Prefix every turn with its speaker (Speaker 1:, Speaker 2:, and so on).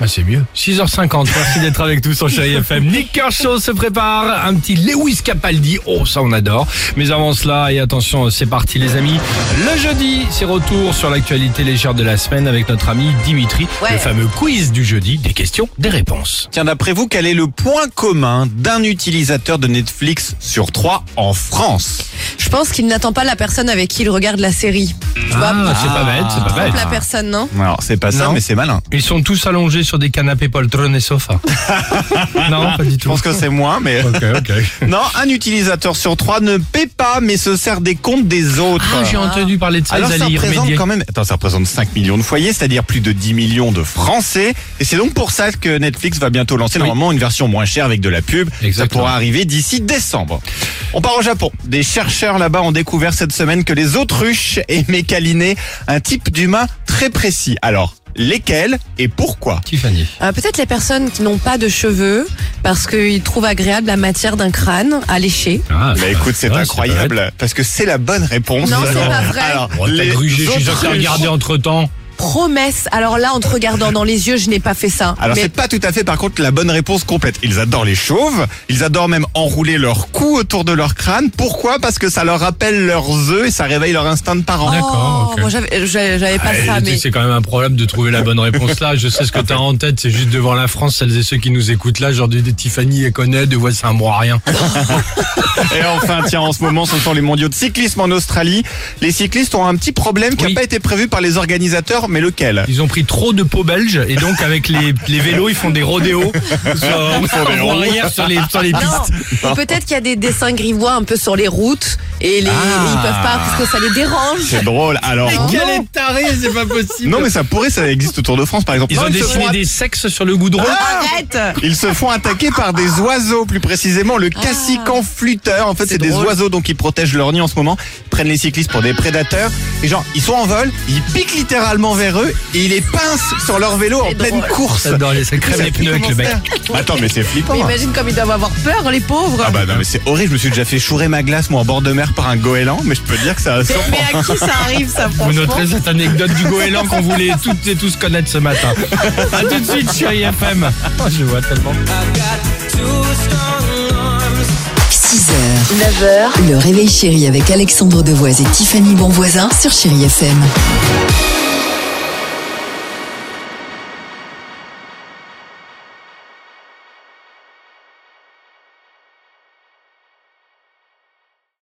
Speaker 1: Ah, c'est mieux. 6h50, merci d'être avec nous sur Chéri FM. Nick Kershaw se prépare, un petit Lewis Capaldi, oh ça on adore. Mais avant cela, et attention, c'est parti les amis. Le jeudi, c'est retour sur l'actualité légère de la semaine avec notre ami Dimitri. Le fameux quiz du jeudi, des questions, des réponses.
Speaker 2: Tiens, d'après vous, quel est le point commun d'un utilisateur de Netflix sur trois en France
Speaker 3: Je pense qu'il n'attend pas la personne avec qui il regarde la série. Tu vois,
Speaker 1: Ah, c'est pas bête, c'est pas
Speaker 3: par exemple, la
Speaker 1: bête.
Speaker 3: personne, non
Speaker 2: Alors, c'est pas ça,
Speaker 1: Non.
Speaker 2: mais c'est malin.
Speaker 1: Ils sont tous allongés sur des canapés poltron et sofa. non, pas du
Speaker 2: Je
Speaker 1: tout.
Speaker 2: pense que c'est moins, mais...
Speaker 1: Ok, ok.
Speaker 2: Non, un utilisateur sur trois ne paie pas, mais se sert des comptes des autres.
Speaker 1: Ah, j'ai entendu parler de ça,
Speaker 2: Alors
Speaker 1: ils
Speaker 2: ça
Speaker 1: allaient y
Speaker 2: représente
Speaker 1: remédier.
Speaker 2: quand même... Attends, ça représente 5 millions de foyers, c'est-à-dire plus de 10 millions de Français. Et c'est donc pour ça que Netflix va bientôt lancer
Speaker 1: Oui.
Speaker 2: normalement une version moins chère avec de la pub. Ça
Speaker 1: Exactement.
Speaker 2: pourra arriver d'ici décembre. On part au Japon. Des chercheurs là-bas ont découvert cette semaine que les autruches aimaient câliner un type d'humain très précis. Alors, lesquels et pourquoi
Speaker 1: Tiffany.
Speaker 3: Euh, Peut-être les personnes qui n'ont pas de cheveux parce qu'ils trouvent agréable la matière d'un crâne à lécher.
Speaker 1: Ah,
Speaker 2: Bah écoute, c'est
Speaker 1: ouais, pas bête.
Speaker 2: incroyable parce que c'est la bonne réponse.
Speaker 3: Non, c'est pas vrai.
Speaker 2: Alors,
Speaker 1: Oh, t'as
Speaker 2: les
Speaker 1: grugé, je suis sûr que t'as
Speaker 2: autruches-
Speaker 1: regardé entre temps.
Speaker 3: Promesse. Alors là, en te regardant dans les yeux, je n'ai pas fait ça.
Speaker 2: Alors
Speaker 3: Mais
Speaker 2: c'est pas tout à fait par contre la bonne réponse complète. Ils adorent les chauves, ils adorent même enrouler leur cou autour de leur crâne. Pourquoi Parce que ça leur rappelle leurs œufs et ça réveille leur instinct de parent.
Speaker 1: D'accord,
Speaker 3: Oh,
Speaker 1: ok.
Speaker 3: moi, j'avais- j'avais j'avais
Speaker 2: Ah,
Speaker 3: pas
Speaker 1: Eh,
Speaker 3: Ah, ça,
Speaker 1: je dis,
Speaker 3: mais
Speaker 1: C'est quand même un problème de trouver la bonne réponse là. Je sais ce que t'as en tête, c'est juste devant la France, celles et ceux qui nous écoutent là, genre des des Tiffany et connaît, de ouais, c'est un bon à rien.
Speaker 2: Et enfin, tiens, en ce moment, ce sont les mondiaux de cyclisme en Australie. Les cyclistes ont un petit problème qui n'a
Speaker 1: Oui.
Speaker 2: pas été prévu par les organisateurs, mais lequel
Speaker 1: Ils ont pris trop de peaux belges et donc avec les, les vélos, ils font des rodéos sur, en roue arrière sur les, sur les
Speaker 3: non.
Speaker 1: pistes.
Speaker 2: Ah,
Speaker 3: Ou Peut-être qu'il y a des dessins grivois un peu sur les routes et les,
Speaker 2: Ah.
Speaker 3: ils peuvent pas parce que ça les dérange.
Speaker 2: C'est drôle. Alors
Speaker 1: Mais quel est taré, c'est pas possible.
Speaker 2: non, mais ça pourrait, ça existe autour de France, par exemple.
Speaker 1: Ils
Speaker 2: Non,
Speaker 1: ont
Speaker 2: se
Speaker 1: dessiné
Speaker 2: font-
Speaker 1: des sexes sur le goudron.
Speaker 2: Ah
Speaker 3: Arrête
Speaker 2: Ils se font attaquer par des oiseaux, plus précisément le cassican flûteur. En fait, c'est
Speaker 3: Ah. C'est
Speaker 2: des
Speaker 3: drôle.
Speaker 2: oiseaux donc ils protègent leur nid en ce moment. Ils prennent les cyclistes pour des prédateurs. Et genre, ils sont en vol, ils piquent littéralement vers eux et ils les pincent sur leur vélo en
Speaker 3: C'est
Speaker 2: pleine
Speaker 3: drôle.
Speaker 2: course.
Speaker 1: J'adore les- ça crève
Speaker 2: Ça
Speaker 1: les
Speaker 2: fait
Speaker 1: pneus avec le bec.
Speaker 2: commencer. Attends, mais c'est flippant.
Speaker 3: Mais
Speaker 2: hein.
Speaker 3: imagine comme ils doivent avoir peur, les pauvres.
Speaker 2: Ah bah non, mais c'est horrible. Je me suis déjà fait chourer ma glace, moi, en bord de mer par un goéland, mais je peux dire que ça a
Speaker 3: mais,
Speaker 2: surprend.
Speaker 3: mais à qui ça arrive, ça,
Speaker 1: Vous
Speaker 3: franchement
Speaker 1: noterez cette anecdote du goéland qu'on voulait toutes et tous connaître ce matin. A tout de suite, chérie FM. Oh, je vois tellement.
Speaker 4: 6h, 9h, le réveil chéri avec Alexandre Devoise et Tiffany Bonvoisin sur Chéri FM.